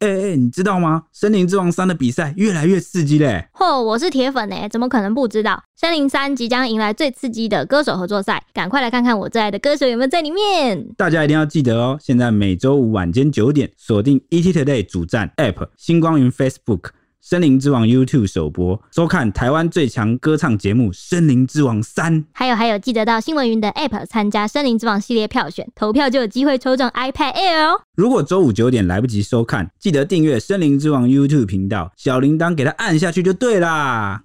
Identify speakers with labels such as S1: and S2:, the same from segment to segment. S1: 哎、哎、你知道吗？森林之王三的比赛越来越刺激嘞、
S2: 嚯，我是铁粉哎、怎么可能不知道？三零三即将迎来最刺激的歌手合作赛，赶快来看看我最爱的歌手有没有在里面。
S1: 大家一定要记得哦！现在每周五晚间九点，锁定 ET Today 主站 App、星光云 Facebook、森林之王 YouTube 首播，收看台湾最强歌唱节目《森林之王三》。
S2: 还有还有，记得到新闻云的 App 参加森林之王系列票选，投票就有机会抽中 iPad Air 哦。
S1: 如果周五九点来不及收看，记得订阅《森林之王》YouTube 频道，小铃铛给它按下去就对啦。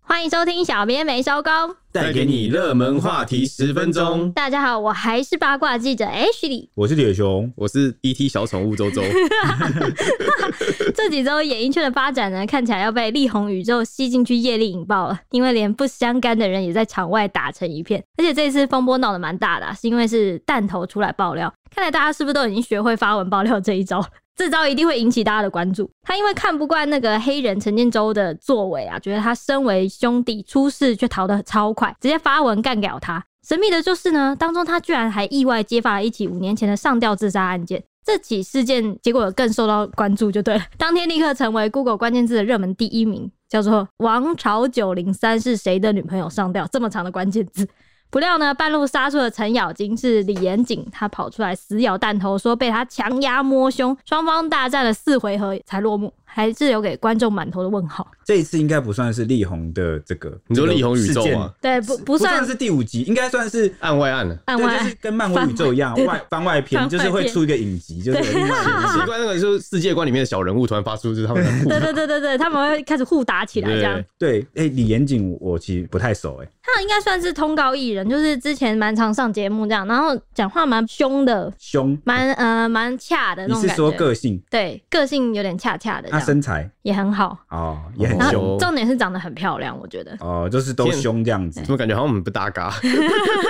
S2: 欢迎收听《小编没收工》，
S3: 带给你热门话题十分钟。
S2: 大家好，我还是八卦记者 H 李。
S1: 我是铁熊，
S3: 我是 ET 小宠物周周，
S2: 这几周演艺圈的发展呢，看起来要被力宏宇宙吸进去业力引爆了，因为连不相干的人也在场外打成一片。而且这次风波闹得蛮大的啊、是因为是弹头出来爆料，看来大家是不是都已经学会发文爆料这一招？这招一定会引起大家的关注。他因为看不惯那个黑人陈建州的作为啊，觉得他身为兄弟出事却逃得超快，直接发文干掉他。神秘的就是呢，当中他居然还意外揭发了一起五年前的上吊自杀案件。这起事件结果更受到关注，就对了。当天立刻成为 Google 关键字的热门第一名，叫做“王朝九零三是谁的女朋友上吊”这么长的关键字。不料呢，半路杀出的程咬金是李延景，他跑出来死咬弹头，说被他强压摸胸，双方大战了四回合才落幕，还是留给观众满头的问号。
S1: 这一次应该不算是力宏的这个，
S3: 你说力宏宇宙
S1: 事件
S3: 吗？？
S2: 对，不不算
S1: 算是第五集，应该算是。
S3: 案外案啊
S2: 案
S3: 了。
S1: 对，
S2: 外
S1: 就
S2: 案
S1: 是跟漫威宇宙一 样，外番外篇
S2: 番外篇
S1: 就是会出一个影集，就是有另外一个
S3: 奇怪，那个就是世界观里面的小人物突然发出，就是他们
S2: 对
S3: 的
S2: 对对对对，他们会开始互打起来这样
S3: 对。
S1: 对，哎、李严谨我其实不太熟、哎，
S2: 他应该算是通告艺人，就是之前蛮常上节目这样，然后讲话蛮凶的，
S1: 胸，
S2: 蛮呃蛮恰的那
S1: 你
S2: 种
S1: 是
S2: 感觉。啊
S1: 说个性，
S2: 对个性有点恰恰的这
S1: 他、
S2: 样，
S1: 身材
S2: 也很好。
S1: 哦，也
S2: 然
S1: 很
S3: 哦
S1: 凶
S2: 后重点是长得很漂亮，我觉得。
S1: 哦，就是都凶这样子，
S3: 怎么感觉好像很不搭 嘎？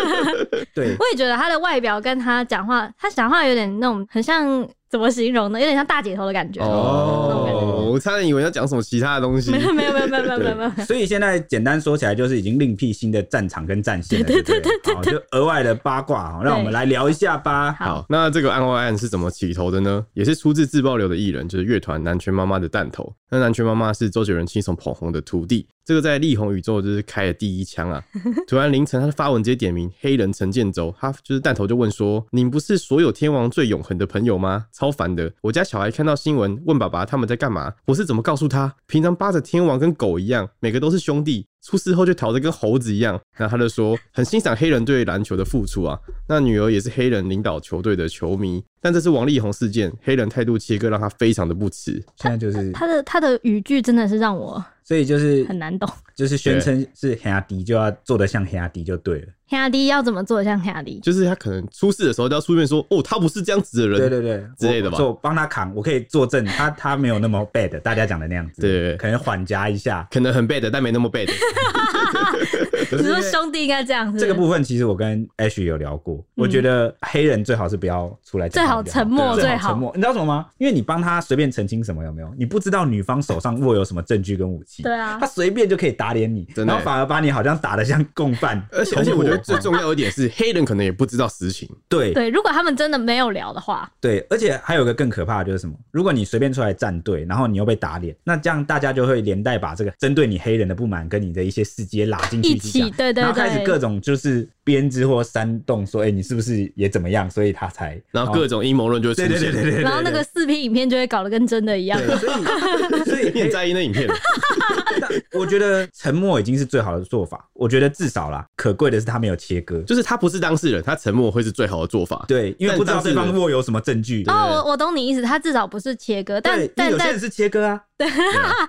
S1: 对，
S2: 我也觉得她的外表跟她讲话，她讲话有点那种很像怎么形容呢？有点像大姐头的感觉。
S3: 哦，我差点以为要讲什么其他的东西
S2: 没。有没有没有没有没有没有没有。
S1: 对，所以现在简单说起来，就是已经另辟新的战场跟战线了，对对对，好，就额外的八卦，哦，让我们来聊一下吧。
S2: 好
S3: 好，那这个案外案是怎么起头的呢？也是出自自爆流的艺人，就是乐团南拳妈妈的弹头。那南拳妈妈是周杰伦亲手捧红的徒弟，这个在力宏宇宙就是开了第一枪啊！突然凌晨，他的发文直接点名黑人陈建州，他就是弹头就问说：“你不是所有天王最永恒的朋友吗？”超烦的！我家小孩看到新闻，问爸爸他们在干嘛，我是怎么告诉他？平常扒着天王跟狗一样，每个都是兄弟。出事后就逃得跟猴子一样，然后他就说很欣赏黑人对篮球的付出啊，那女儿也是黑人领导球队的球迷，但这次王力宏事件，黑人态度切割让他非常的不耻。
S1: 现在就是，
S2: 她的她的语句真的是让我
S1: 所以就是
S2: 很难懂。
S1: 就是宣称是黑阿迪，就要做的像黑阿迪就对了。
S2: 黑阿迪要怎么做得像黑阿迪？
S3: 就是他可能出事的时候都要出面说，哦，他不是这样子的人。
S1: 对对对，
S3: 之类的吧
S1: 我我帮他扛，我可以作证，他他没有那么 bad，大家讲的那样子，
S3: 对
S1: 可能缓夹一下。
S3: 可能很 bad，但没那么 bad。
S1: 可
S2: 你
S1: 是因
S2: 说
S1: 为
S2: 兄弟应该这样子。
S1: 这个部分，其实我跟 Ash 有聊过，我觉得黑人最好是不要出来讲话比较，
S2: 嗯最好沉默
S1: 对
S2: 最
S1: 最
S2: 好
S1: 沉默。你知道什么吗？因为你帮他随便澄清什么有没有？你不知道女方手上握有什么证据跟武器，
S2: 对啊
S1: 他随便就可以打脸你，
S3: 真的
S1: 然后反而把你好像打得像共犯。
S3: 而且而且，我觉得最
S1: 同伙
S3: 重要的一点是，黑人可能也不知道实情。
S1: 对
S2: 对，如果他们真的没有聊的话，
S1: 对，而且还有一个更可怕的就是什么？如果你随便出来站队，然后你又被打脸，那这样大家就会连带把这个针对你黑人的不满跟你的一些事迹也拉进去
S2: 一
S1: 讲
S2: 起对对
S1: 然后开始
S2: 对
S1: 各种就是编织或煽动说，哎、你是不是也怎么样？所以他才
S3: 然后各种阴谋论就会出
S1: 哦对对对对对
S3: 现。
S1: 对，
S2: 然后那个四 P 影片就会搞得跟真的一样。
S1: 对，所以所 以
S3: 你很在意 那影片，
S1: 但我觉得沉默已经是最好的做法。我觉得至少啦，可贵的是他没有切割，
S3: 就是他不是当事人，他沉默会是最好的做法。
S1: 对，因为
S3: 但
S1: 不知道
S3: 当事
S1: 对
S3: 人
S1: 方握有什么证据。
S2: 哦，我我懂你意思，他至少不是切割，但
S1: 对，因为
S2: 但
S1: 有些
S2: 但
S1: 人是切割 啊，对，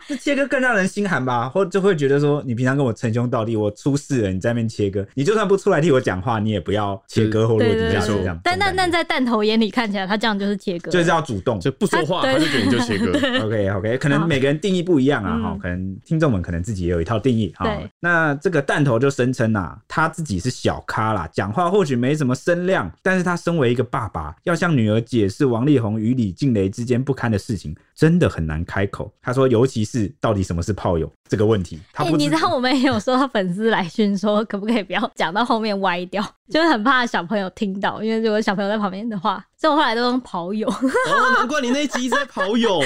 S1: 那切割更让人心寒吧，或就会觉得说，你平常跟我称兄道弟，我出事了，你在那边切割，你就算不出来替我讲话，你也不要切割或落
S2: 对
S1: 井
S2: 对
S1: 下石
S3: 没
S1: 这
S3: 错
S1: 样。
S2: 但但但在弹头眼里看起来，他这样就是切割，
S1: 就是要主动。
S3: 就不说话，
S2: 他
S3: 他
S2: 对
S3: 就觉得你就切割。
S1: OK OK，可能
S2: 好
S1: 每个人定义不一样啊，
S2: 嗯
S1: 哈，可能听众们可可能自己也有一套定义啊、
S2: 对
S1: 那这个弹头就声称啊，他自己是小咖啦，讲话或许没什么声量，但是他身为一个爸爸，要向女儿解释王力宏与李静蕾之间不堪的事情，真的很难开口。他说，尤其是到底什么是炮友这个问题，他
S2: 哎、
S1: 不
S2: 你
S1: 知
S2: 知道我们也有收到粉丝来讯说，可不可以不要讲到后面歪掉，就是很怕小朋友听到，因为如果小朋友在旁边的话，所以我后来都用跑友，
S3: 哦，难怪你那一集一直在跑友。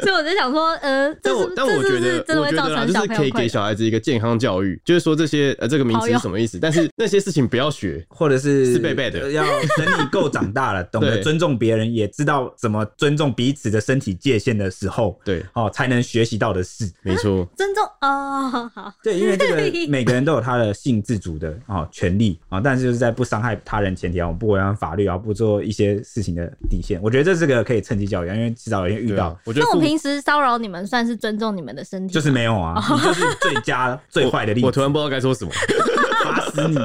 S2: 所以我就想说，呃，这
S3: 但我
S2: 是
S3: 但我
S2: 这是
S3: 觉
S2: 不是
S3: 得，
S2: 真的
S3: 我
S2: 会
S3: 觉
S2: 造
S3: 得啦，
S2: 成
S3: 就
S2: 小
S3: 是
S2: 朋
S3: 可以
S2: 友困
S3: 给
S2: 扰。
S3: 小孩子一个健康教育，就是说这些呃这个名词
S2: 跑友
S3: 是什么意思，但是那些事情不要学。
S1: 或者是
S3: 是贝贝的
S1: 要等你够长大了，懂得
S3: 对
S1: 尊重别人，也知道怎么尊重彼此的身体界限的时候，
S3: 对，
S1: 哦，才能学习到的事。
S3: 没错，
S2: 尊重哦，好，
S1: 对，因为这个每个人都有他的性自主的啊、哦、权利啊、但是就是在不伤害他人前提啊，我们不违反法律啊，不做一些事情的底线。我觉得这是个可以趁机教育啊，因为迟早也会 遇
S3: 对
S1: 到，
S3: 啊，我觉得
S2: 那
S3: 父
S2: 我
S3: 母
S2: 平时骚扰你们算是尊重你们的身体吗，
S1: 就是没有啊，
S2: 哦
S1: 你就是最 佳最坏的例
S3: 我突
S1: 子，
S3: 然不知道该说什么，
S1: 打死你，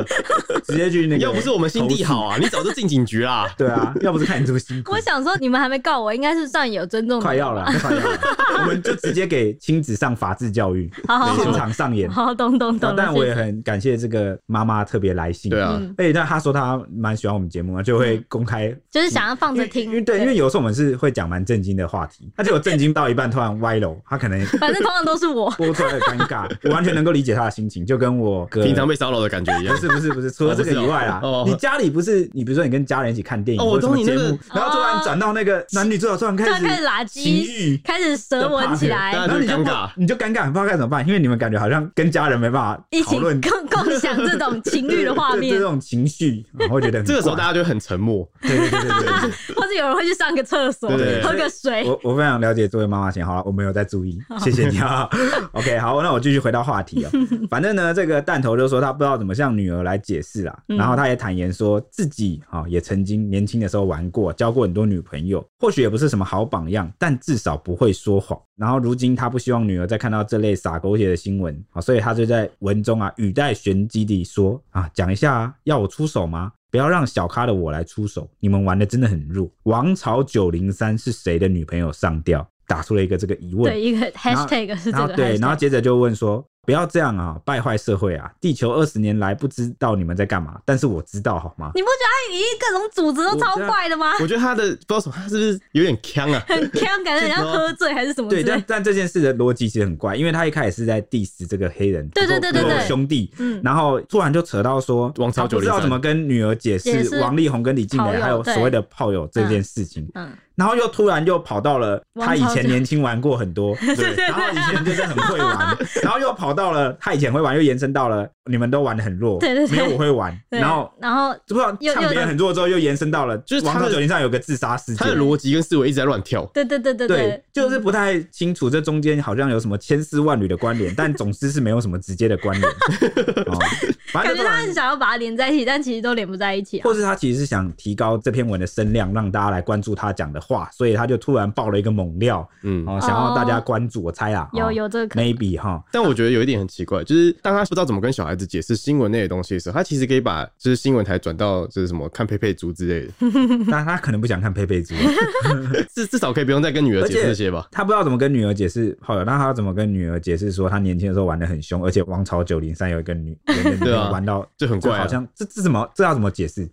S1: 直接 去那个。
S3: 要不是我们心地好啊，你早就进警局 啦。
S1: 对啊，要不是看你这么辛苦
S2: 我，想说，你们还没告我，应该是算有尊重。
S1: 快要了，快要了，我们就直接给亲子上法治教育，
S2: 好 好
S3: 没
S1: 现
S3: 错
S2: 好，
S1: 场上演。
S2: 好，懂懂
S1: 然
S2: 懂
S1: 后
S2: 了。
S1: 啊但我也
S2: 谢谢
S1: 很感谢这个妈妈特别来信，
S3: 对啊
S2: 嗯，
S1: 而且但她说她蛮喜欢我们节目啊，就会公开
S2: 就是想要放
S1: 因
S2: 着
S1: 为
S2: 听
S1: 因为，对，因为有时候我们是会讲蛮震惊的话题，他结果震惊到一半突然歪楼，他可能。
S2: 反正通常都是我
S1: 播出来的尴尬，我完全能够理解他的心情，就跟我哥
S3: 平常被骚扰的感觉一样
S1: 不。是不是不是，除了这个以外啦，
S3: 哦
S1: 你家里不是你比如说你跟家人一起看电影
S3: 哦
S1: 或者什
S3: 我
S1: 么
S3: 懂你
S1: 节
S3: 那个
S1: 目，然后突然转到那个男女主角突然
S2: 突
S1: 开
S2: 然开始
S1: 始
S2: 拉
S1: 情
S2: 鸡，
S1: 欲。
S2: 开始舌吻起
S3: 大
S2: 来，
S1: 然
S3: 家
S1: 后
S3: 就
S1: 你就
S3: 尴
S1: 不
S3: 尬，
S1: 你就尴尬，你不知道该怎么办，因为你们感觉好像跟家人没办法
S2: 一
S1: 讨
S2: 起
S1: 论
S2: 共共享这种情欲的画
S1: 这 这
S2: 面
S1: 这，种情绪，啊我会觉得很
S3: 这个时候
S1: 怪
S3: 大家就很沉默。
S1: 对对对对对对，
S2: 或者有人会去上个厕所，
S3: 对
S2: 喝个水。
S1: 我我非常了解作为妈妈先好了，我没有在注意， 谢谢你啊。OK，好，那我继续回到话题啊、反正呢，这个弹头就说他不知道怎么向女儿来解释啦，
S2: 嗯
S1: 然后他也坦言说自己啊、也曾经年轻的时候玩过，交过很多女朋友，或许也不是什么好榜样，但至少不会说谎。然后如今他不希望女儿再看到这类撒狗血的新闻啊、所以他就在文中啊语带玄机地说啊，讲一下、啊，要我出手吗？不要让小咖的我来出手，你们玩的真的很弱。王朝九零三是谁的女朋友上吊？打出了一个这个疑问
S2: 对，，一个
S1: 然后
S2: hashtag 是
S1: 然
S2: 这
S1: 后
S2: 个
S1: 对，然后
S2: hashtag，
S1: 接着就问说，不要这样啊，败坏社会啊！地球二十年来不知道你们在干嘛，但是我知道好吗？
S2: 你不觉得他以各种组织都超怪的 吗？
S3: 我觉得他的不知道什么，他是不是有点呛啊？
S2: 很强，感觉人家喝醉还是什么之
S1: 对，
S2: 类
S1: 但
S2: 的。
S1: 但这件事的逻辑其实很怪，因为他一开始是在 diss 这个黑人，
S2: 对对对对
S1: 说
S2: 对
S1: 我兄弟，
S2: 嗯，
S1: 然后突然就扯到说，
S3: 王朝
S1: 他不知道
S3: 903
S1: 怎么跟女儿解
S2: 解
S1: 释
S2: 释
S1: 王力宏跟李静
S2: 炮
S1: 蕾
S2: 友
S1: 还有
S2: 对
S1: 所谓的炮友这件事情，
S2: 嗯，
S1: 然后又突然又跑到了他以
S2: 王朝
S1: 前
S2: 九
S1: 年轻玩过很多，
S2: 对 对
S1: 然后以前就是很会玩， 然后又跑到了他以前会玩，又延伸到了你们都玩的很弱，
S2: 对对
S1: 没
S2: 对
S1: 有我会玩，
S2: 对
S1: 然后
S2: 然后
S1: 不知道
S2: 又
S1: 唱别人很弱之后又延伸到了，
S3: 就是他
S1: 王
S3: 的
S1: 朝九零上有个自杀事
S3: 他的
S1: 件。
S3: 逻辑跟思维一直在乱跳。
S2: 对对对对
S1: 对
S2: 对，，嗯
S1: 就是不太清楚这中间好像有什么千丝万缕的关联，但总之是没有什么直接的关 联。哦，反
S2: 感
S1: 正
S2: 觉
S1: 就
S2: 他
S1: 突
S2: 很
S1: 然
S2: 想要把它连在一起，但其实都连不在一起啊。
S1: 或是他其实是想提高这篇文的声量，让大家来关注他讲的话，所以他就突然爆了一个猛料，
S3: 嗯，
S1: 哦，想要大家关注。我猜啦，
S2: 有
S1: 哦
S2: 有这个可能，
S1: maybe 哈，
S3: 但我觉得有一点很奇怪，就是当他不知道怎么跟小孩子解释新闻类的东西的时候，他其实可以把就是新闻台转到就是什么看佩佩猪之类的，
S1: 但他可能不想看佩佩 猪，
S3: 至至少可以不用再跟女儿解释这些吧。
S1: 他不知道怎么跟女儿解释炮友，那他要怎么跟女儿解释说他年轻的时候玩的很凶，而且王朝九零三有一个 女人的女朋
S3: 对
S1: 友
S3: 啊
S1: 玩到
S3: 就很
S1: 这
S3: 怪啊
S1: 好像这这怎么这要怎么解释？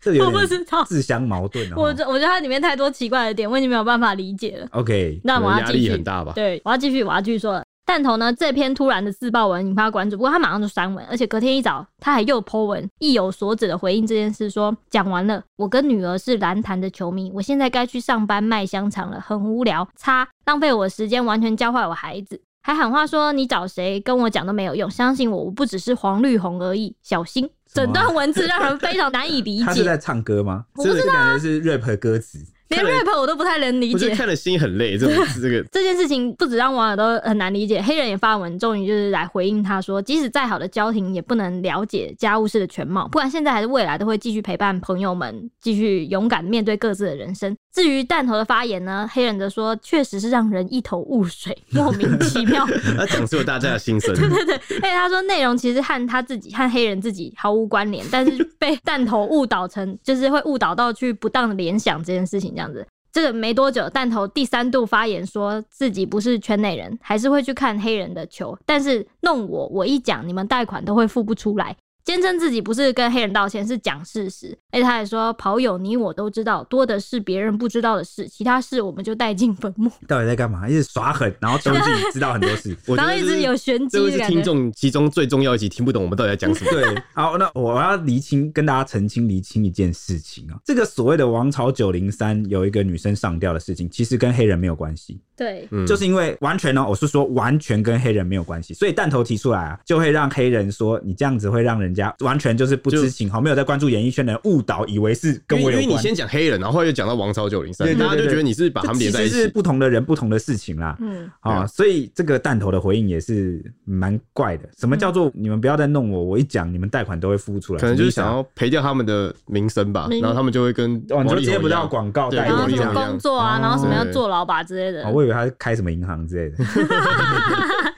S1: 这有
S2: 我不
S1: 点
S2: 知道，
S1: 自相矛盾啊。
S2: 我觉我觉得它里面太多奇怪的点，我已经没有办法理解了。
S1: OK，
S2: 那我
S3: 可能
S2: 要
S3: 压
S2: 继
S3: 力
S2: 续
S3: 很，大吧？
S2: 对，我要继续，我要继续说了。弹头呢，这篇突然的自爆文引发关注，不过他马上就删文，而且隔天一早他还又 po 文，意有所指的回应这件事说，讲完了，我跟女儿是蓝坛的球迷，我现在该去上班卖香肠了，很无聊，擦，浪费我的时间，完全教坏我孩子。还喊话说你找谁跟我讲都没有用，相信我，我不只是黄绿红而已，小心。
S1: 什么啊
S2: 整段文字让人非常难以理
S1: 他是
S2: 解，
S1: 在唱歌吗？
S2: 我不知啊
S1: 这感觉是 rap 的歌词。
S2: 连
S3: 看来
S2: rap 我都不太能理
S3: 我觉
S2: 解
S3: 得。看了心很累，这种 这个
S2: 这件事情不止让网友都很难理解，黑人也发文，终于就是来回应他说，即使再好的交情，也不能了解家务事的全貌，不管现在还是未来，都会继续陪伴朋友们，继续勇敢地面对各自的人生。至于弹头的发言呢，黑人则说，确实是让人一头雾水，莫名其妙。
S3: 他讲出了大家的心声。
S2: 对对， 而且他说内容其实和他自己和黑人自己毫无关 联，但是被弹头误导成，就是会误导到去不当的联想这件事情这样子。这个没多久，弹头第三度发言说自己不是圈内人，还是会去看黑人的球，但是弄我，我一讲你们贷款都会付不出来。坚称自己不是跟黑人道歉，是讲事实。而且他还说，跑友你我都知道，多的是别人不知道的事，其他事我们就带进坟墓。
S1: 到底在干嘛？一直耍狠，然后装自己知道很多事。
S3: 我觉
S2: 然
S3: 得
S2: 后一
S3: 这
S2: 直
S3: 是
S2: 有玄
S3: 这
S2: 机
S3: 位
S2: 的
S3: 是
S2: 感
S3: 听
S2: 觉。
S3: 众其中最重要一集听不懂我们到底在 讲什么。
S1: 对，好，那我要厘清，跟大家澄清厘清一件事情啊，这个所谓的王朝九零三有一个女生上吊的事情，其实跟黑人没有关系，
S2: 对，
S3: 嗯
S1: 就是因为完全呢、哦我是说完全跟黑人没有关系，所以弹头提出来啊，就会让黑人说你这样子会让人家完全就是不知情，好没有在关注演艺圈的人误导，以为是跟
S3: 因
S1: 我
S3: 为
S1: 有
S3: 因为你
S1: 关。
S3: 先讲黑人，然后又讲到王朝九
S1: 对
S3: 零三，
S1: 对对
S3: 大家就
S1: 对
S3: 觉得你是把他们连在一
S1: 这其实是
S3: 起。
S1: 不同的人、不同的事情啦。
S2: 嗯，
S1: 啊、
S3: 嗯
S1: 所以这个弹头的回应也是蛮怪的。什么叫做你们不要再弄我？我一讲你们贷款都会付不出来，
S3: 嗯可能就是想
S1: 什么
S3: 要赔掉他们的名声吧，
S2: 名
S3: 然后他们就会跟
S1: 意思啊哦，你
S3: 王
S1: 说
S3: 力宏
S1: 接不
S3: 一样
S1: 到广告
S3: 对
S1: 贷
S2: 然后
S1: 款
S3: 我
S2: 什
S3: 有
S2: 么
S3: 印象
S2: 工作啊，然后什么要
S3: 对
S2: 坐牢吧之类
S1: 哦，
S2: 的，
S1: 我以为他是开什么银行之类的。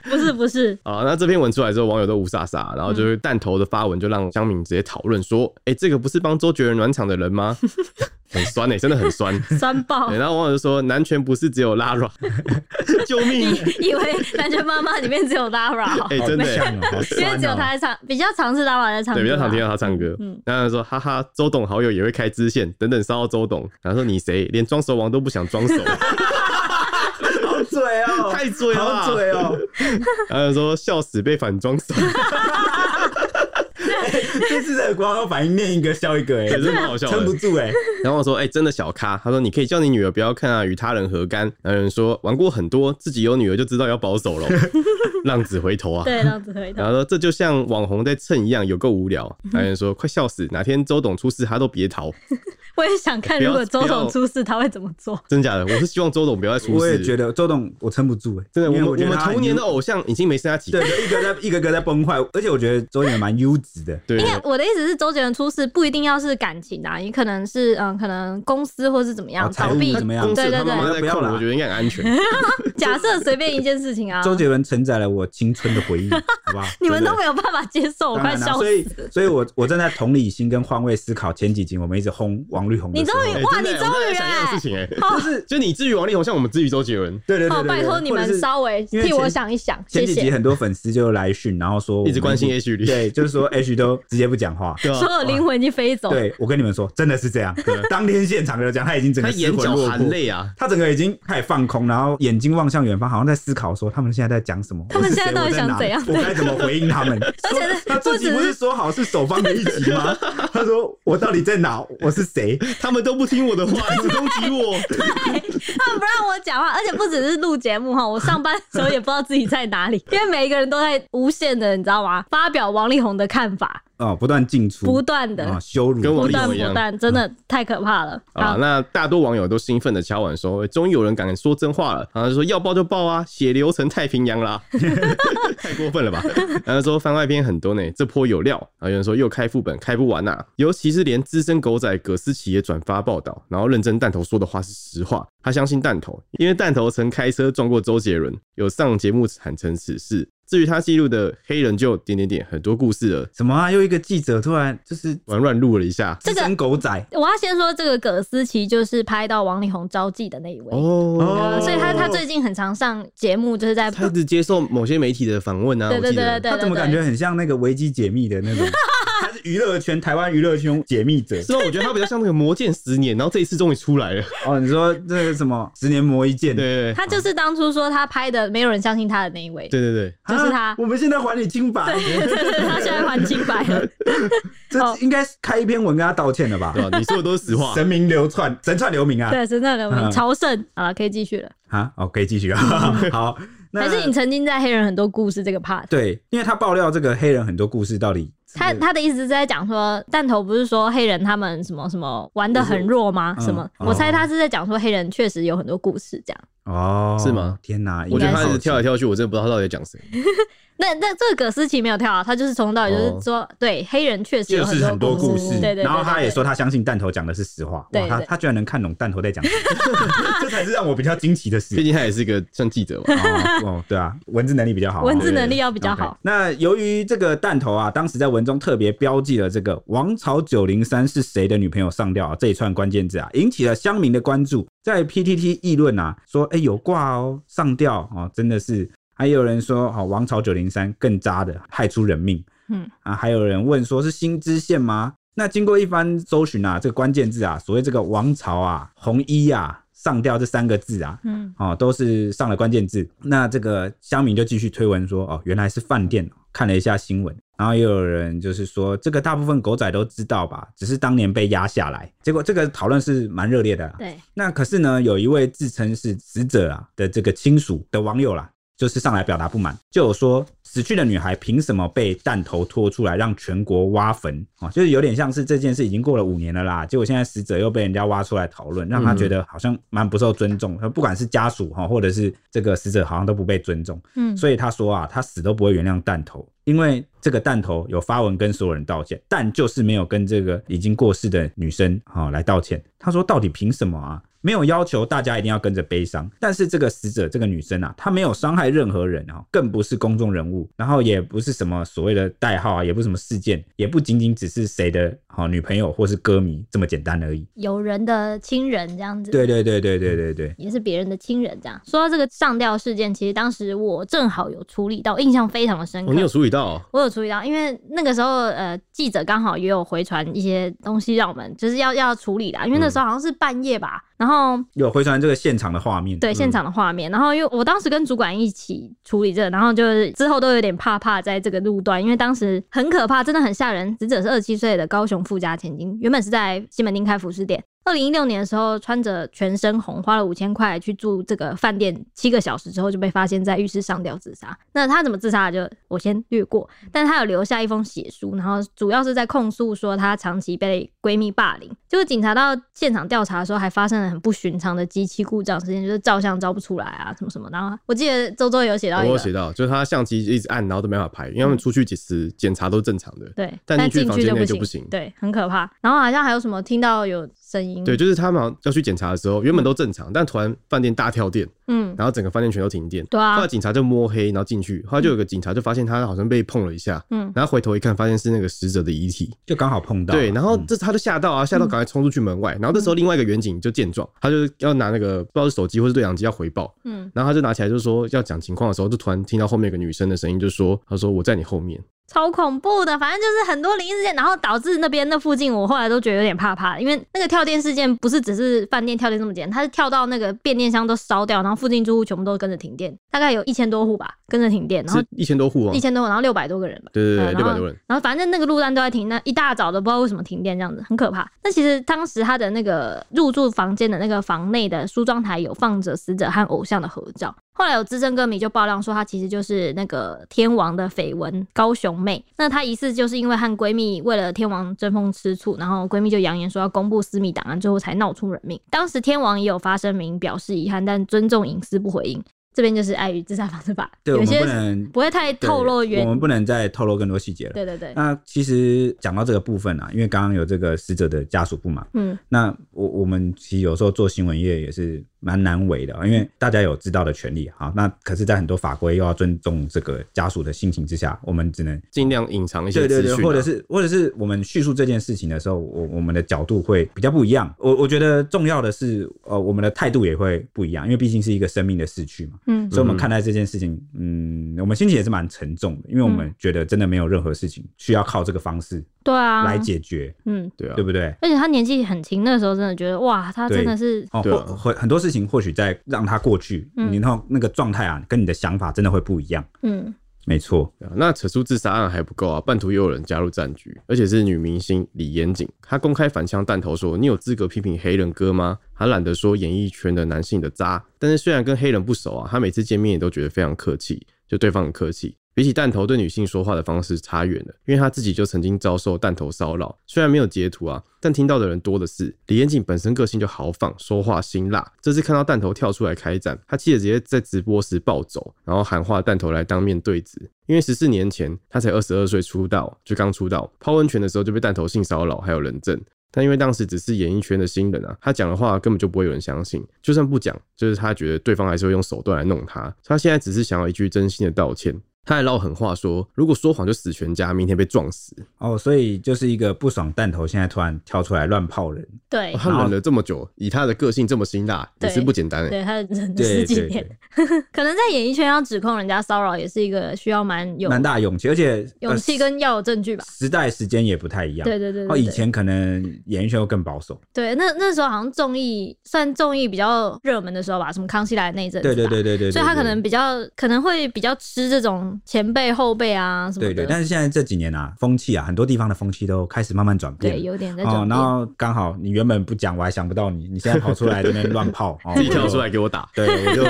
S2: 不是不是，
S3: 啊，那这篇文出来之后，网友都无傻傻，然后就是
S2: 嗯
S3: 弹头的发文就让乡民直接讨论说：“哎、这个不是帮周杰伦暖场的人吗？” 很酸哎、真的很 酸。
S2: 酸 爆
S3: 对，。然后网友就说：“男权不是只有 Lara，救 命
S2: 以为《篮球妈妈》里面只有 Lara，、！”
S3: 哎、 真的、
S1: 好
S3: 欸，
S1: 像哦，好
S2: 因为
S1: 酸
S2: 只有
S1: 哦
S2: 她在唱，比较常是 Lara 在唱歌啊。
S3: 对，比较常听到他唱歌。
S2: 嗯
S3: 然后他说：“哈哈，周董好友也会开支线，等等骚到周董。”然后说：“你谁？连装熟王都不想装熟，
S1: 好嘴哦，
S3: 太嘴了吧
S1: 好嘴哦。
S3: 然后就说：“笑死，被反装熟，
S1: 这次的广告反应念一个笑一个，哎，
S2: 啊
S3: 对真的蛮好笑的
S1: 撑不住哎。
S3: 然后我说：“哎、真的小咖。”他说：“你可以叫你女儿不要看啊，与他人何干？”然后有人说：“玩过很多，自己有女儿就知道要保守了， 浪子回头啊。”
S2: 对，浪子回头
S3: 然。后说：“这就像网红在蹭一样，有够无聊。” 还有人说：“快笑死！哪天周董出事，他都别逃。
S2: 我也想看，
S3: 不要
S2: 如果周
S3: 不要
S2: 董出事，他会怎么做？”
S3: 真假的？我是希望周董不要再出事。
S1: 我也觉得周董我撑不住哎，
S3: 真的，我
S1: 因
S3: 们
S1: 为
S3: 我
S1: 觉得
S3: 们
S1: 他
S3: 童年的偶像已经没剩下几个
S1: 对。一个在一个个在崩坏，而且我觉得周杰伦蛮优质的。
S3: 对，
S2: 因为我的意思是，周杰伦出事不一定要是感情啊，也可能是嗯，可能公司或是怎么样
S1: 哦财
S2: 倒
S1: 务
S2: 闭
S1: 怎么样
S3: 公。司
S2: 对
S3: 有
S2: 对
S3: 他妈妈
S2: 对，
S3: 在
S1: 不要
S3: 控，
S1: 啦
S3: 我觉得应该很 安全。哎
S2: 假设随便一件事情啊，
S1: 周杰伦承载了我青春的 回忆，好不好？
S2: 你们都没有办法接受，我
S1: 当
S2: 快
S1: 然啦，啊
S2: 笑
S1: 所以
S2: 死。，
S1: 所以我我站在同理心跟换位思考。前几集我们一直轰王力宏的
S2: 你
S1: 时候，
S2: 终于
S3: 哎
S2: 哇
S3: 真的
S2: 你
S3: 我
S2: 终于
S3: 在想一样的
S2: 哎
S3: 事情哎，
S1: 就是
S3: 就你至于王力宏，像我们至于周杰伦，
S1: 对对对对
S2: 哦，
S1: 对
S2: 拜托你
S1: 或者
S2: 们
S1: 是
S2: 稍微
S1: 因为
S2: 替我
S1: 前
S2: 想一想，谢
S1: 前几集
S2: 谢。
S1: 很多粉丝就来讯，然后说我们
S3: 一直关心 H 里，
S1: 对，就是说 H 都直接不讲话。
S3: 对啊吧
S2: 所？有灵魂已经飞走，
S1: 对，我跟你们说，真的是 这样。当天现场就讲，他已经整
S3: 他
S1: 个
S3: 眼
S1: 失魂
S3: 角
S1: 落魄
S3: 含，泪啊，
S1: 他整个已经开始放空，然后眼睛望向远方，好像在思考说他们现在在讲什么，
S2: 他们
S1: 我是
S2: 现在
S1: 谁
S2: 到底
S1: 我
S2: 想
S1: 哪
S2: 怎样
S1: 我该怎么回应他们？ 而
S2: 且
S1: 他自己
S2: 不
S1: 不
S2: 只
S1: 是
S2: 是
S1: 说好是首方的一集 吗？他说我到底在哪？我是谁？
S3: 他们都不听我的话，一直攻击我。
S2: 他们不让我讲话，而且不只是录节目哈，我上班的时候也不知道自己在哪里，因为每一个人都在无限的，你知道吗？发表王力宏的看法，
S1: 哦，不断进出，
S2: 不断的
S1: 啊、羞辱，
S3: 跟我
S2: 不
S3: 王力
S2: 断
S3: 宏
S2: 不
S3: 一样
S2: 断，真的太可怕了。
S3: 啊，
S2: 好，
S3: 那大多网友都兴奋的敲碗说：“欸终于有人敢说真话了！”然后就说：“要爆就爆啊，血流成太平洋 啦！”太过分了吧？然后说番外篇很多呢，这波有料。然后有人说又开副本开不完呐、尤其是连资深狗仔葛思琪也转发报道，然后认真弹头说的话是实话，他相信弹头，因为弹头曾开车撞过周杰伦，有上节目坦诚此事。至于他记录的黑人就点点点很多故事了，
S1: 什么啊？又一个记者突然就是
S3: 玩乱录了一下。
S2: 这个
S1: 资深狗仔
S2: 我要先说这个葛思琪就是拍到王力宏招妓的那一位。
S3: 哦，
S2: 呃所以他他最近很常上节目，就是在
S3: 他一直接受某些媒体的访问啊，
S2: 对
S3: 我
S2: 对
S3: 记
S2: 对对
S3: 得
S2: 对，
S1: 他怎么
S2: 对
S1: 感觉很像那个维基解密的那 种？他是娱乐圈台湾娱乐圈解密者
S3: 是吧？我觉得他比较像那个《魔剑十年》，然后这一次终于出 来了。
S1: 哦。你说这个什么十年磨一剑？
S3: 对对
S2: 他就是当初说他拍的没有人相信他的那一位，
S3: 对对对，
S1: 啊，
S2: 就是他
S1: 我们现在还你清白，
S2: 他现在还清白了。哦
S1: 这应该开一篇文跟他道歉了吧？
S3: 对吧？你说的都是实 话。
S1: 神明流传，神传留名啊！
S2: 对，真的人
S1: 嗯
S2: 名朝圣，好了，可以继续了。
S1: 啊，哦，可以继续 啊。好，那
S2: 还是你曾经在黑人很多故事这个 part，
S1: 对，因为他爆料这个黑人很多故事，到底
S2: 他他的意思是在讲说，弹头不是说黑人他们什么什么玩的很弱吗？
S1: 嗯
S2: 什么？
S1: 哦
S2: 我猜他是在讲说黑人确实有很多故事这样。
S1: 哦
S3: 是吗？
S1: 天哪，
S3: 我觉得他一
S1: 是
S3: 直跳来跳去，我真的不知道他到底在讲谁。
S2: 那那这个葛思琪没有跳啊，他就是从头到尾就是说，对黑人确实
S1: 就
S2: 有
S1: 哦是很多故
S2: 故
S1: 事，
S2: 对对对，
S1: 然后他
S2: 对
S1: 也，说他相信弹头讲的是实话，哇，
S2: 对
S1: 他
S2: 对
S1: 他居然能看懂弹头在讲什 么，这才是让我比较惊奇的
S3: 毕
S1: 事。
S3: 竟他也是个像 记者嘛。
S1: 哦，哦对啊，文字能力比较好啊，
S2: 对文字能力要比
S1: 比
S2: 较好。。
S1: 那由于这个弹头啊，当时在文文中特别标记了这个王朝九零三是谁的女朋友上吊啊这一串关键字啊，引起了乡民的关注，在 PTT 议论啊，说哎、有挂哦，上吊哦，真的是。还有人说，好、王朝九零三更渣的，害出人命。
S2: 嗯
S1: 啊，还有人问说是新知县吗？那经过一番搜寻啊，这个关键字啊，所谓这个王朝啊、红衣啊、上吊这三个字啊，
S2: 嗯，
S1: 哦，都是上了关键字。那这个乡民就继续推文说，哦，原来是饭店。看了一下新闻，然后也有人就是说，这个大部分狗仔都知道吧，只是当年被压下来。结果这个讨论是蛮热烈的、啊。
S2: 对，
S1: 那可是呢，有一位自称是死者啊的这个亲属的网友啦，就是上来表达不满，就有说死去的女孩凭什么被弹头拖出来让全国挖坟啊、哦就是有点像是这件事已经过了五年了啦，结果现在死者又被人家挖出来讨论，让他觉得好像蛮不受尊重，不管是家属哈，或者是这个死者好像都不被尊重。
S2: 嗯，
S1: 所以他说啊，他死都不会原谅弹头，因为这个弹头有发文跟所有人道歉，但就是没有跟这个已经过世的女生啊、哦来道歉。他说，到底凭什么啊？没有要求大家一定要跟着悲伤，但是这个死者这个女生啊，她没有伤害任何人啊，更不是公众人物，然后也不是什么所谓的代号啊，也不是什么事件，也不仅仅只是谁的好、哦女朋友或是歌迷这么简单而已。
S2: 有人的亲人这样子，
S1: 对对对对对对对，
S2: 也是别人的亲人这样。说到这个上吊事件，其实当时我正好有处理到，印象非常的深刻。
S3: 哦，你有处理到哦、
S2: 我有注意到，因为那个时候呃，记者刚好也有回传一些东西让我们就是要要处理啦，因为那时候好像是半夜吧，然后
S1: 有回传这个现场的画面，嗯
S2: 对现场的画面，然后因为我当时跟主管一起处理这个然后就是之后都有点怕怕在这个路段，因为当时很可怕，真的很吓人。死者是二十七岁的高雄富家千金，原本是在西门町开服饰店。二零一六年的时候，穿着全身红，花了五千块去住这个饭店，七个小时之后就被发现在浴室上吊自杀。那他怎么自杀的就我先略过，但她有留下一封血书，然后主要是在控诉说她长期被闺蜜霸凌。结果警察到现场调查的时候，还发生了很不寻常的机器故障事件，就是照相照不出来啊，什么什么。然后我记得周周有嗯写到
S3: 我
S2: 一
S3: 有
S2: 个，
S3: 写到，就是他相机一直按，然后都没办法拍，因为他们出去几次检查都是正常的。
S2: 对，
S3: 但
S2: 但
S3: 进去
S2: 进去
S3: 房间内
S2: 不
S3: 就
S2: 行，
S3: 不行
S2: 对，很可怕。然后好像还有什么听到有声音，
S3: 对，就是他们好像要去检查的时候，原本都正常，但突然饭店大跳电，
S2: 嗯，
S3: 然后整个饭店全都停电。
S2: 对
S3: 后
S2: 啊
S3: 来，警察就摸黑，然后进去，后来就有个警察就发现他好像被碰了一下，
S2: 嗯
S3: 然后回头一看，发现是那个死者的遗体。
S1: 就刚好碰到啊，
S3: 对，然后
S1: 嗯
S3: 这他就吓到啊，吓到赶快冲出去门外。然后
S2: 嗯
S3: 这时候另外一个远景就见状，他就要拿那个不知道是手机或是对讲机要回报，
S2: 嗯，
S3: 然后他就拿起来就说要讲情况的时候，就突然听到后面有个女生的声音，就说他说我在你后面。
S2: 超恐怖的。反正就是很多灵异事件，然后导致那边那附近我后来都觉得有点怕怕，因为那个跳电事件不是只是饭店跳电这么简单，它是跳到那个变电箱都烧掉，然后附近住户全部都跟着停电，大概有一千多户吧跟着停电，然后
S3: 是一千多户哦
S2: 一，千多，然后六百多个人吧。
S3: 对对对，
S2: 嗯
S3: 六百
S2: 然后
S3: 多人。
S2: 然后反正那个路段都在停，那一大早都不知道为什么停电，这样子很可怕。那其实当时他的那个入住房间的那个房内的梳妆台有放着死者和偶像的合照。后来有资深歌迷就爆料说，她其实就是那个天王的绯闻高雄妹。那她疑似就是因为和闺蜜为了天王争风吃醋，然后闺蜜就扬言说要公布私密档案，最后才闹出人命。当时天王也有发声明表示遗憾，但尊重隐私不回应。这边就是碍于自杀防治法，
S1: 对，我
S2: 有
S1: 们
S2: 些
S1: 不能
S2: 不会太透露
S1: 对
S2: 原
S1: 我们不能再透露更多细节了。
S2: 对对对，
S1: 那其实讲到这个部分啊，因为刚刚有这个死者的家属不满，
S2: 嗯
S1: 那我我们其实有时候做新闻业也是蛮难为的，啊因为大家有知道的权利啊。那可是，在很多法规又要尊重这个家属的心情之下，我们只能
S3: 尽量隐藏一些
S1: 对
S3: 资讯啊、
S1: 对对，或者是或者是我们叙述这件事情的时候，我我们的角度会比较不一样。我我觉得重要的是，呃，我们的态度也会不一样，因为毕竟是一个生命的逝去嘛。
S2: 嗯
S1: 所以我们看待这件事情，嗯，我们心情也是蛮沉重的，因为我
S2: 嗯
S1: 们觉得真的没有任何事情需要靠这个方式
S2: 对啊，
S1: 来解决，
S2: 嗯，
S3: 对啊
S1: 对，不对？
S2: 而且他年纪很轻，那个时候真的觉得哇，他真的是
S1: 哦，
S3: 对啊
S1: 或或很多事情或许在让它过去，
S2: 嗯
S1: 你然后那个状态啊，跟你的想法真的会不一样。
S2: 嗯
S1: 没错，
S3: 对啊那扯出自杀案还不够啊，半途又有人加入战局，而且是女明星李延景，她公开反枪弹头说：“你有资格批评黑人哥吗？”还懒得说演艺圈的男性的渣，但是虽然跟黑人不熟啊，她每次见面也都觉得非常客气，就对方很客气。比起弹头对女性说话的方式差远了，因为她自己就曾经遭受弹头骚扰，虽然没有截图啊，但听到的人多的是。李延景本身个性就豪放，说话辛辣，这次看到弹头跳出来开战，他气得直接在直播时暴走，然后喊话弹头来当面对质。因为十四年前他才二十二岁出道，就刚出道，泡温泉的时候就被弹头性骚扰，还有人证。但因为当时只是演艺圈的新人啊，他讲的话根本就不会有人相信。就算不讲，就是他觉得对方还是会用手段来弄他。他现在只是想要一句真心的道歉，他还撂狠话说，如果说谎就死全家，明天被撞死。
S1: 哦，所以就是一个不爽弹头，现在突然跳出来乱泡人。
S2: 对
S3: 哦他忍了这么久，以他的个性这么辛辣，也是
S2: 对
S3: 不简单哎。
S2: 对，他忍了
S1: 对
S2: 十几
S1: 对
S2: 年
S1: 对，，
S2: 可能在演艺圈要指控人家骚扰，也是一个需要蛮有
S1: 蛮大勇气，而且
S2: 勇气
S1: 呃
S2: 跟要有证据吧。
S1: 时代时间也不太一样。
S2: 对对对对
S1: 哦，以
S2: 对
S1: 前可能演艺圈会更保守。
S2: 对，那那时候好像综艺算综艺比较热门的时候吧，什么康熙来的那一阵子吧，
S1: 对对对对对对，
S2: 所以他
S1: 对
S2: 可能比较可能会比较吃这种前辈后辈啊什么
S1: 对
S2: 的，
S1: 对，但是现在这几年啊，风气啊，很多地方的风气都开始慢慢转变。
S2: 对有点在
S1: 哦
S2: 转，
S1: 然
S2: 变。
S1: 后刚好你原本不讲，我还想不到你，你现在跑出来这边乱泡， 哦
S3: 自 己跳出来。给我打，
S1: 对，我就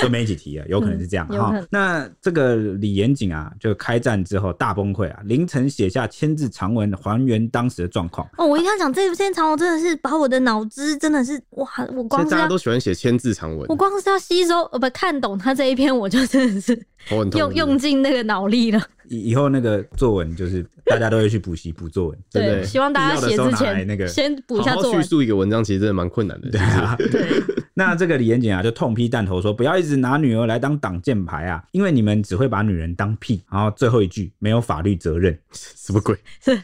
S1: 多没几题了，有可能是这样
S2: 嗯有可
S1: 哈
S2: 能。
S1: 那这个李延景啊，就开战之后大崩溃啊，凌晨写下千字长文还原当时的状况。
S2: 哦，我一看讲这部片长，我真的是把我的脑汁真的是哇，我
S3: 现
S2: 光
S3: 在
S2: 是
S3: 大家
S2: 要
S3: 都喜欢写千字长文
S2: 我，光是要吸收呃不看懂他这一篇，我就真的是
S3: 头很痛。
S2: 用用尽那个脑力了。
S1: 以以后那个作文就是大家都会去补习补作文，
S3: 对不对
S2: 希望大家
S1: 必
S2: 写
S1: 要的
S2: 之
S1: 时候拿来
S2: 前
S1: 那个
S2: 先补一下
S3: 好好
S2: 作
S3: 叙
S2: 文。
S3: 述一个文章，其实真的蛮困难的。
S1: 对啊。
S2: 对，
S1: 那这个李延景啊，就痛批弹头说，不要一直拿女儿来当挡箭牌啊，因为你们只会把女人当屁。然后最后一句没有法律责任，
S3: 什么鬼？
S1: 这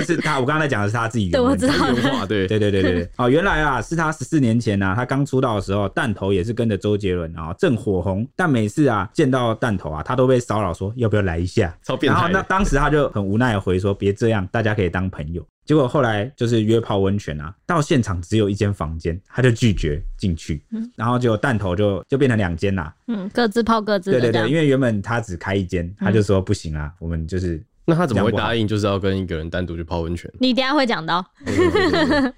S1: 是他我刚才讲的是他自己原
S2: 对我
S1: 文
S2: 知
S1: 的。
S2: 道
S3: 原话对，
S1: 对对对对对，哦，原来啊是他十四年前啊，他刚出道的时候，弹头也是跟着周杰伦啊、正火红，但每次啊见到弹头啊，他都被骚扰说要不要来一下，
S3: 超变
S1: 然后
S3: 态
S1: 那
S3: 的。
S1: 当时他就很无奈的回说：“别这样，大家可以当朋友。”结果后来就是约泡温泉啊，到现场只有一间房间，他就拒绝进去，
S2: 嗯
S1: 然后结果弹头就就变成两间啦。
S2: 嗯，各自泡各自
S1: 对
S2: 的
S1: 对
S2: 这样。
S1: 对，因为原本他只开一间，他就说不行啦，我们就是。
S3: 那他怎么会答应就是要跟一个人单独去泡温泉？
S2: 你等一下会讲到，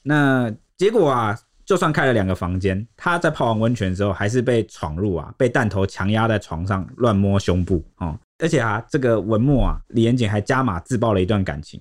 S1: 那结果啊，就算开了两个房间，他在泡完温泉之后，还是被闯入啊，被弹头强压在床上乱摸胸部哦。而且啊，这个文末啊，李延景还加码自曝了一段感情，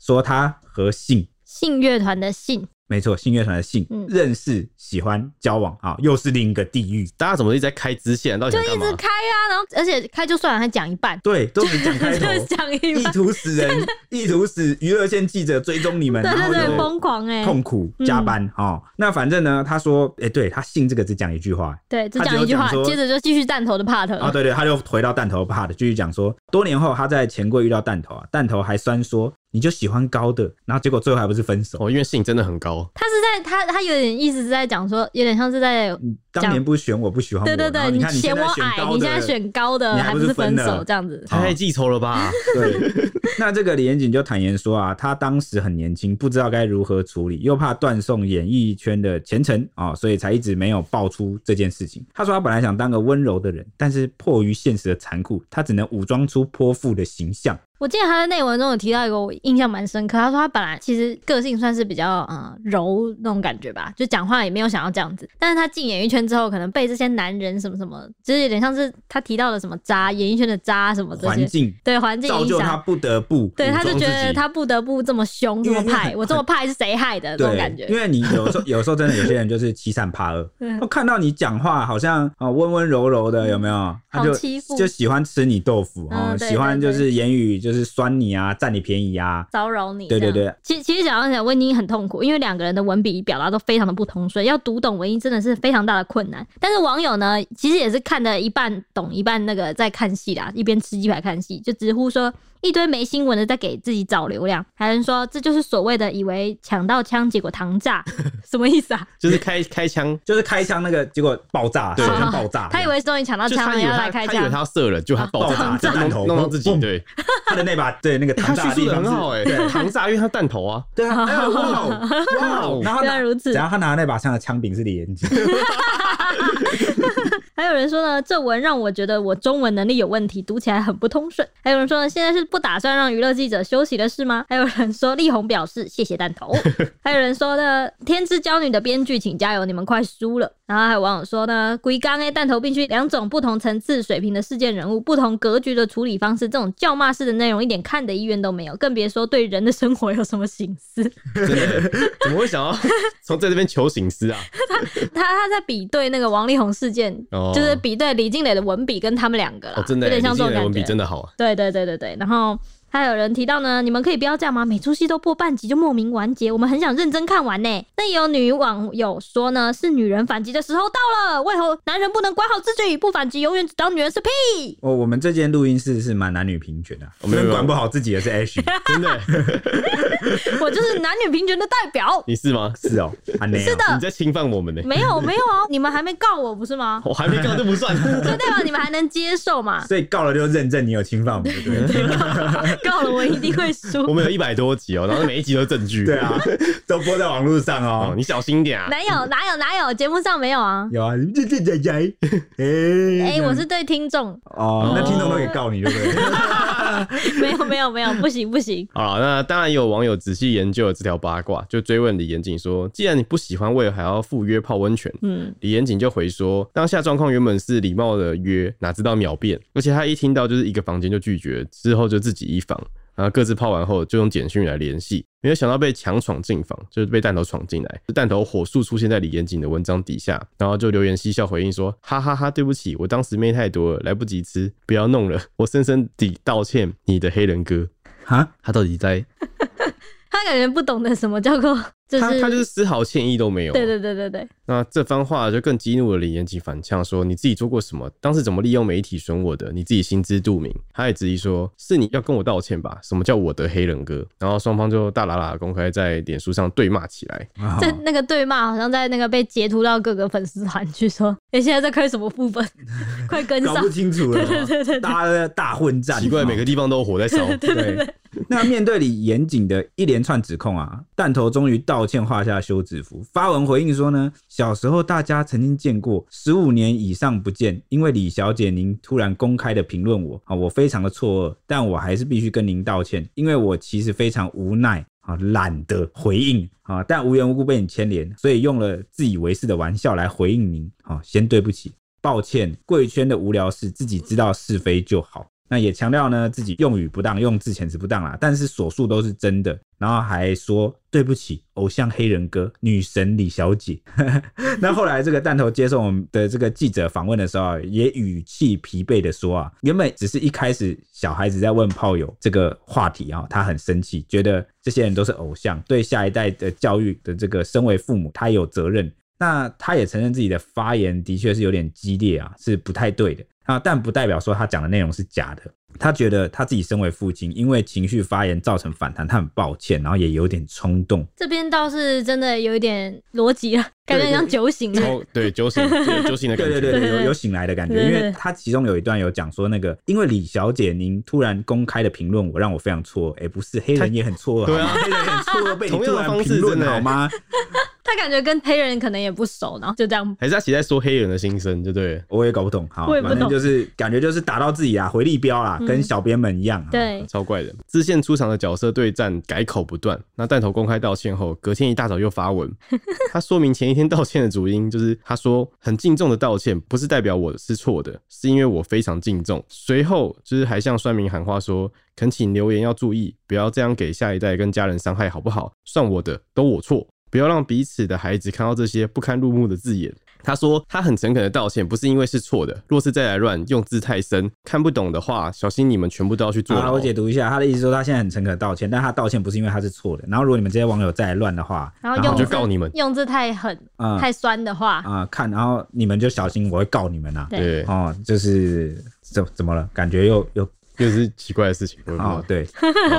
S1: 说他和性
S2: 信乐团的信，
S1: 没错，信乐团的信，
S2: 嗯
S1: 认识、喜欢、交往啊，又是另一个地狱。
S3: 大家怎么一直在开支线？到底
S2: 就
S3: 想
S2: 一
S3: 干
S2: 直
S3: 嘛？
S2: 开啊，然后而且开就算了，还讲一半，
S1: 对，都只讲开头，
S2: 就讲一
S1: 意
S2: 半，
S1: 图使人，意图使娱乐线记者追踪你们，
S2: 对对
S1: 然
S2: 对，
S1: 后
S2: 疯嗯狂哎、
S1: 又痛苦加班哦。那反正呢，他说，哎、对他信这个只讲一句话。
S2: 对，只
S1: 他只
S2: 讲
S1: 有
S2: 一句话
S1: 讲，说
S2: 接着就继续弹头的 part 了。
S1: 啊，对对，他就回到弹头怕的，继续讲说，多年后他在钱柜遇到弹头啊，弹头还酸说你就喜欢高的，然后结果最后还不是分手？
S3: 哦，因为性真的很高，
S2: 他是在他他有点意思是在讲说，有点像是在
S1: 当年不选我不喜欢我，
S2: 对对
S1: 嗯然后
S2: 对，
S1: 你看你
S2: 嫌
S1: 现
S2: 我
S1: 在选
S2: 矮，
S1: 高
S2: 你
S1: 的
S2: 现在选高的
S1: 你还
S2: 还
S1: 不是
S2: 是分
S1: 分了
S2: 手这样子。
S3: 太记仇了吧？
S1: 对，那这个李延景就坦言说啊，他当时很年轻，不知道该如何处理，又怕断送演艺圈的前程啊、哦所以才一直没有爆出这件事情。他说他本来想当个温柔的人，但是迫于现实的残酷，他只能武装出泼妇的形象。
S2: 我记得他在内文中有提到一个我印象蛮深刻，他说他本来其实个性算是比较呃柔那种感觉吧，就讲话也没有想要这样子。但是他进演艺圈之后，可能被这些男人什么什么，就是有点像是他提到的什么渣，演艺圈的渣什么哦这
S1: 环
S2: 些，
S1: 境
S2: 对环境
S1: 造
S2: 影
S1: 就他
S2: 响，
S1: 不得不
S2: 对他就
S3: 武装
S2: 觉
S3: 自
S2: 得
S3: 己
S2: 他不得不这么凶，这
S1: 因为
S2: 么
S1: 因为
S2: 派，
S1: 很
S2: 我这么派是谁害的这种感
S1: 对，因
S2: 觉。
S1: 为你有 时候有时候真的有些人就是欺善怕恶，
S2: 嗯
S1: 我哦看到你讲话好像啊温温柔柔的，有没有？他就
S2: 好欺负
S1: 就喜欢吃你豆腐哦，
S2: 嗯对
S1: 喜欢
S2: 对
S1: 就
S2: 对
S1: 是言语就是酸你啊，占你便宜啊，
S2: 骚扰你，
S1: 对对
S2: 这样
S1: 对。
S2: 其其实想想，文英很痛苦，因为两个人的文笔表达都非常的不通顺，要读懂文英真的是非常大的困难。但是网友呢，其实也是看的一半懂一半那个在看戏啦，一边吃鸡排看戏，就直呼说一堆没新闻的在给自己找流量，还有人说这就是所谓的以为抢到枪，结果糖炸，什么意思啊？
S3: 就是开开枪，
S1: 就是开枪那个结果爆 炸，
S3: 对
S1: 好像爆炸，
S2: 他以为终于抢到
S3: 就
S2: 枪
S3: 他
S2: 了，
S3: 以为
S2: 哦要
S3: 他
S2: 来开
S3: 他以为他
S2: 枪。哦
S3: 要射人，就他爆
S1: 爆炸
S3: 炸，就
S1: 弹头
S3: 弄弄到自己。
S1: 砰
S3: 对，
S1: 他的那 把对那个
S3: 他
S1: 膛
S3: 叙
S1: 炸的地方
S3: 述的很
S1: 是
S3: 好哎，糖炸，因为他弹头 啊，
S1: 对啊，哎哇哦哇哦，然后他
S2: 原来如 此啊
S1: 然后他拿那把枪的枪柄是李延吉，
S2: 还有人说呢，这文让我觉得我中文能力有问题，读起来很不通顺。还有人说呢，现在是不打算让娱乐记者休息的是吗？还有人说力宏表示谢谢弹 头。还有人说呢，天之娇女的编剧请加油，你们快输了。然后还有网友说呢，龟刚 A 弹头必须两种不同层次水平的事件人物，不同格局的处理方式，这种叫骂式的内容一点看的意愿都没有，更别说对人的生活有什么心思。
S3: 真的，怎么会 想要从在这边求醒思啊？
S2: 他他在比对那个王力宏事件，
S3: 哦
S2: 就是比对李静蕾的文笔跟他们两个啦，
S3: 哦，真的
S2: 有
S3: 欸，
S2: 点像
S3: 李
S2: 这
S3: 静
S2: 种
S3: 蕾
S2: 感
S3: 文笔
S2: 觉。
S3: 真的好啊，
S2: 对对对对对，然后还有人提到呢，你们可以不要这样吗？每出戏都播半集就莫名完结，我们很想认真看完呢。那也有女网友说呢，是女人反击的时候到了，为何男人不能管好自己，不反击永远只当女人是屁？
S1: 哦，我们这间录音室是蛮男女平权的、啊，我
S3: 哦 没有
S1: 们
S3: 没有
S1: 管不好自己的是 H，
S3: 真的欸、。
S2: 我就是男女平权的代表
S3: 你 是吗？
S1: 是哦，啊那
S2: 是
S1: 样，
S2: 的
S3: 哎你，在侵犯我们呢、哦
S2: 没有没有哦，你们还没告我不是 吗？
S3: 我还没告，这 不算。
S2: 所以代表你们还能接受 嘛？
S1: 所以告了就认证你有侵犯我们，对不对？
S2: 告了我一定会
S3: 我
S2: 输。
S3: 们有一百多集哦、然后每一集都是证据。
S1: 对 啊，都播在网络上
S3: 哦，
S1: 哦。
S3: 你小心一点啊。
S2: 哪有哪有哪有，节目上没有啊？
S1: 有啊，这这这这， 哎
S3: 嗯
S2: 哎、我是对听众，
S1: 哦，那听众都可以告你，对不 对？
S2: 没有没有没有，不行不行，
S3: 好了，那当然也有网友仔细研究了这条八卦，就追问李延景说：“既然你不喜欢，为何还要赴约泡温泉？”
S2: 嗯，
S3: 李延景就回说：“当下状况原本是礼貌的约，哪知道秒变，而且他一听到就是一个房间就拒绝，之后就自己一房，然后各自泡完后就用简讯来联系，没有想到被强闯进房，就是被弹头闯进来。弹头火速出现在李延景的文章底下，然后就留言嬉笑回应说：哈哈哈对不起，我当时妹太多了，来不及吃，不要弄了，我深深地道歉，你的黑人哥。”
S1: 啊，
S3: 他到底在？
S2: 他感觉不懂得什么叫做，就
S3: 他
S2: 是
S3: 他就是丝毫歉意都没有。啊
S2: 对对对对对，
S3: 那这番话就更激怒了李延吉反呛说：“你自己做过什么？当时怎么利用媒体损我的？你自己心知肚明。”他也质疑说：“是你要跟我道歉吧？什么叫我的黑人哥？”然后双方就大喇喇公开在脸书上对骂起来。
S1: 哦
S2: 在那个对骂好像在那个被截图到各个粉丝团去说，哎、现在在开什么副本， 快跟
S1: 搞
S2: 上
S1: 不，清楚 了，哦
S2: 对对对对
S1: 大家都在大混战，
S3: 奇怪，
S1: 哦
S3: 每个地方都有火在烧。
S1: 对。那面对李严谨的一连串指控啊，弹头终于道歉画下休止符，发文回应说呢，小时候大家曾经见过，十五年以上不见，因为李小姐您突然公开的评论我啊，我非常的错愕，但我还是必须跟您道歉，因为我其实非常无奈。啊，懒得回应啊，但无缘无故被你牵连，所以用了自以为是的玩笑来回应您啊，先对不起，抱歉，贵圈的无聊事自己知道是非就好。那也强调呢自己用语不当，用字遣词不当啦，但是所述都是真的。然后还说对不起，偶像黑人哥、女神李小姐。 那后来这个弹头接受我们的这个记者访问的时候啊，也语气疲惫的说啊，原本只是一开始小孩子在问炮友这个话题啊，他很生气，觉得这些人都是偶像，对下一代的教育的这个身为父母，他也有责任。那他也承认自己的发言的确是有点激烈啊，是不太对的啊，但不代表说他讲的内容是假的。他觉得他自己身为父亲，因为情绪发言造成反弹，他很抱歉，然后也有点冲动。
S2: 这边倒是真的有一点逻辑了，感觉很像酒醒了，
S3: 超 对酒醒，对酒醒的感
S1: 对
S3: 觉。
S1: 对对，
S2: 对
S1: 对
S2: 对
S1: 有有醒来的感觉，
S2: 对
S1: 因
S2: 对
S1: 为他其中有一段有讲说那个，因为李小姐您突然公开的评论我，让我非常错愕。哎，不是黑人也很错愕，
S3: 对 啊
S1: 好吗黑人也很错愕，被你
S3: 同样
S1: 突
S3: 的
S1: 然
S3: 方式
S1: 评论
S3: 真的
S1: 好吗？
S2: 他感觉跟黑人可能也不熟，然后就这样，
S3: 还是他其实在说黑人的心声，对不对了？
S1: 我也搞不懂，好，
S2: 我也不
S1: 反正
S2: 懂
S1: 就是感觉就是打到自己啊，回力镖啦，
S2: 嗯
S1: 跟小编们一样啊。
S2: 对，
S3: 超怪的。支线出场的角色对战改口不断。那弹头公开道歉后，隔天一大早又发文，他说明前一天道歉的主因就是他说很敬重的道歉，不是代表我是错的，是因为我非常敬重。随后就是还向酸民喊话说，恳请留言要注意，不要这样给下一代跟家人伤害，好不好？算我的，都我错。不要让彼此的孩子看到这些不堪入目的字眼。他说他很诚恳的道歉，不是因为是错的。若是再来乱，用字太深，看不懂的话，小心你们全部都要去坐
S1: 好啦，
S3: 牢。
S1: 啊我解读一下，他的意思说他现在很诚恳地道歉，但他道歉不是因为他是错的。然后如果你们这些网友再来乱的话，
S2: 然后
S3: 我
S2: 用
S3: 就
S2: 字
S3: 告你们
S2: 用字太狠、
S1: 嗯
S2: 太酸的话，
S1: 啊、看，然后你们就小心，我会告你们呐、
S2: 对
S3: 对，
S1: 哦，就是怎怎么了？感觉又又
S3: 又是奇怪的事情。我也不知道
S1: 哦，对，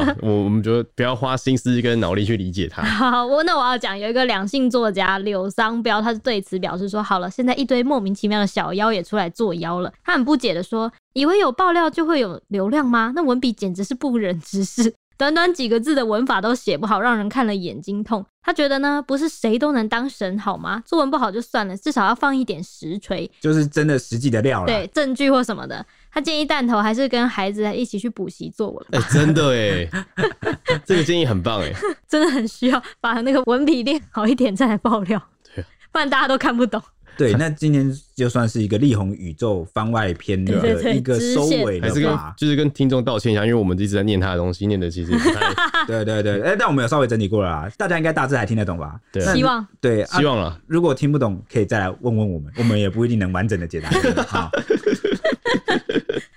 S3: 好我我们觉得不要花心思跟脑力去理解 它。
S2: 好，我那我要讲有一个两性作家柳桑标，他是对此表示说，好了，现在一堆莫名其妙的小妖也出来作妖了。他很不解的说，以为有爆料就会有流量吗？那文笔简直是不忍直视，短短几个字的文法都写不好，让人看了眼睛痛。他觉得呢，不是谁都能当神好吗？作文不好就算了，至少要放一点实锤，
S1: 就是真的实际的料了。
S2: 对证据或什么的。他建议弹头还是跟孩子一起去补习作 文，
S3: 哎、真的哎，这个建议很棒哎。
S2: 真的很需要把那个文笔练好一点再来爆料，
S3: 对啊
S2: 不然大家都看不懂。
S1: 对，那今天就算是一个力宏宇宙番外篇
S2: 对对
S1: 的
S2: 对
S1: 一个收尾
S3: 还是
S1: 了
S3: 跟
S1: 吧？
S3: 就是跟听众道歉一下，因为我们一直在念他的东西，念的其实也不太
S1: 对对对，哎、但我们有稍微整理过了啦，大家应该大致还听得懂吧？
S3: 对
S1: 那
S2: 希望
S1: 对，啊
S3: 希望了。
S1: 如果听不懂，可以再来问问我们，我们也不一定能完整的解答。好，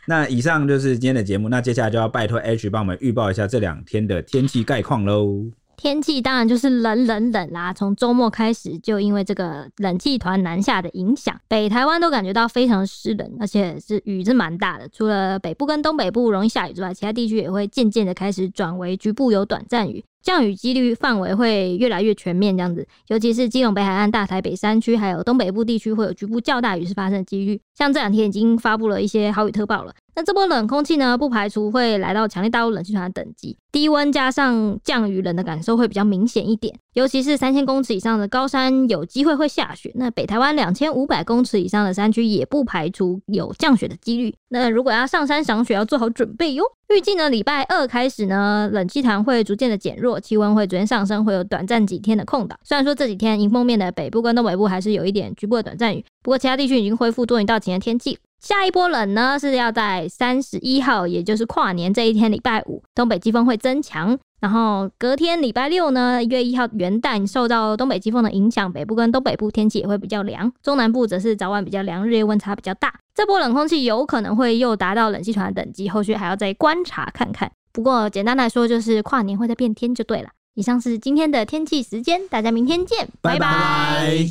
S1: 那以上就是今天的节目，那接下来就要拜托 H 帮我们预报一下这两天的天气概况喽。
S2: 天气当然就是冷冷冷啦、从周末开始，就因为这个冷气团南下的影响，北台湾都感觉到非常湿冷，而且是雨是蛮大的。除了北部跟东北部容易下雨之外，其他地区也会渐渐的开始转为局部有短暂雨。降雨几率范围会越来越全面，这样子，尤其是基隆北海岸、大台北山区，还有东北部地区会有局部较大雨势发生的几率。像这两天已经发布了一些豪雨特报了。那这波冷空气呢，不排除会来到强烈大陆冷气团的等级，低温加上降雨冷的感受会比较明显一点，尤其是三千公尺以上的高山有机会会下雪。那北台湾两千五百公尺以上的山区也不排除有降雪的几率。那如果要上山赏雪，要做好准备哟。预计呢，礼拜二开始呢，冷气团会逐渐的减弱，气温会逐渐上升，会有短暂几天的空档。虽然说这几天迎风面的北部跟东北部还是有一点局部的短暂雨，不过其他地区已经恢复多云到晴的天气。下一波冷呢是要在三十一号，也就是跨年这一天，礼拜五，东北季风会增强。然后隔天礼拜六呢，一月一号元旦，受到东北季风的影响，北部跟东北部天气也会比较凉，中南部则是早晚比较凉，日夜温差比较大。这波冷空气有可能会又达到冷气团的等级，后续还要再观察看看。不过简单来说，就是跨年会在变天就对了。以上是今天的天气时间，大家明天见，拜拜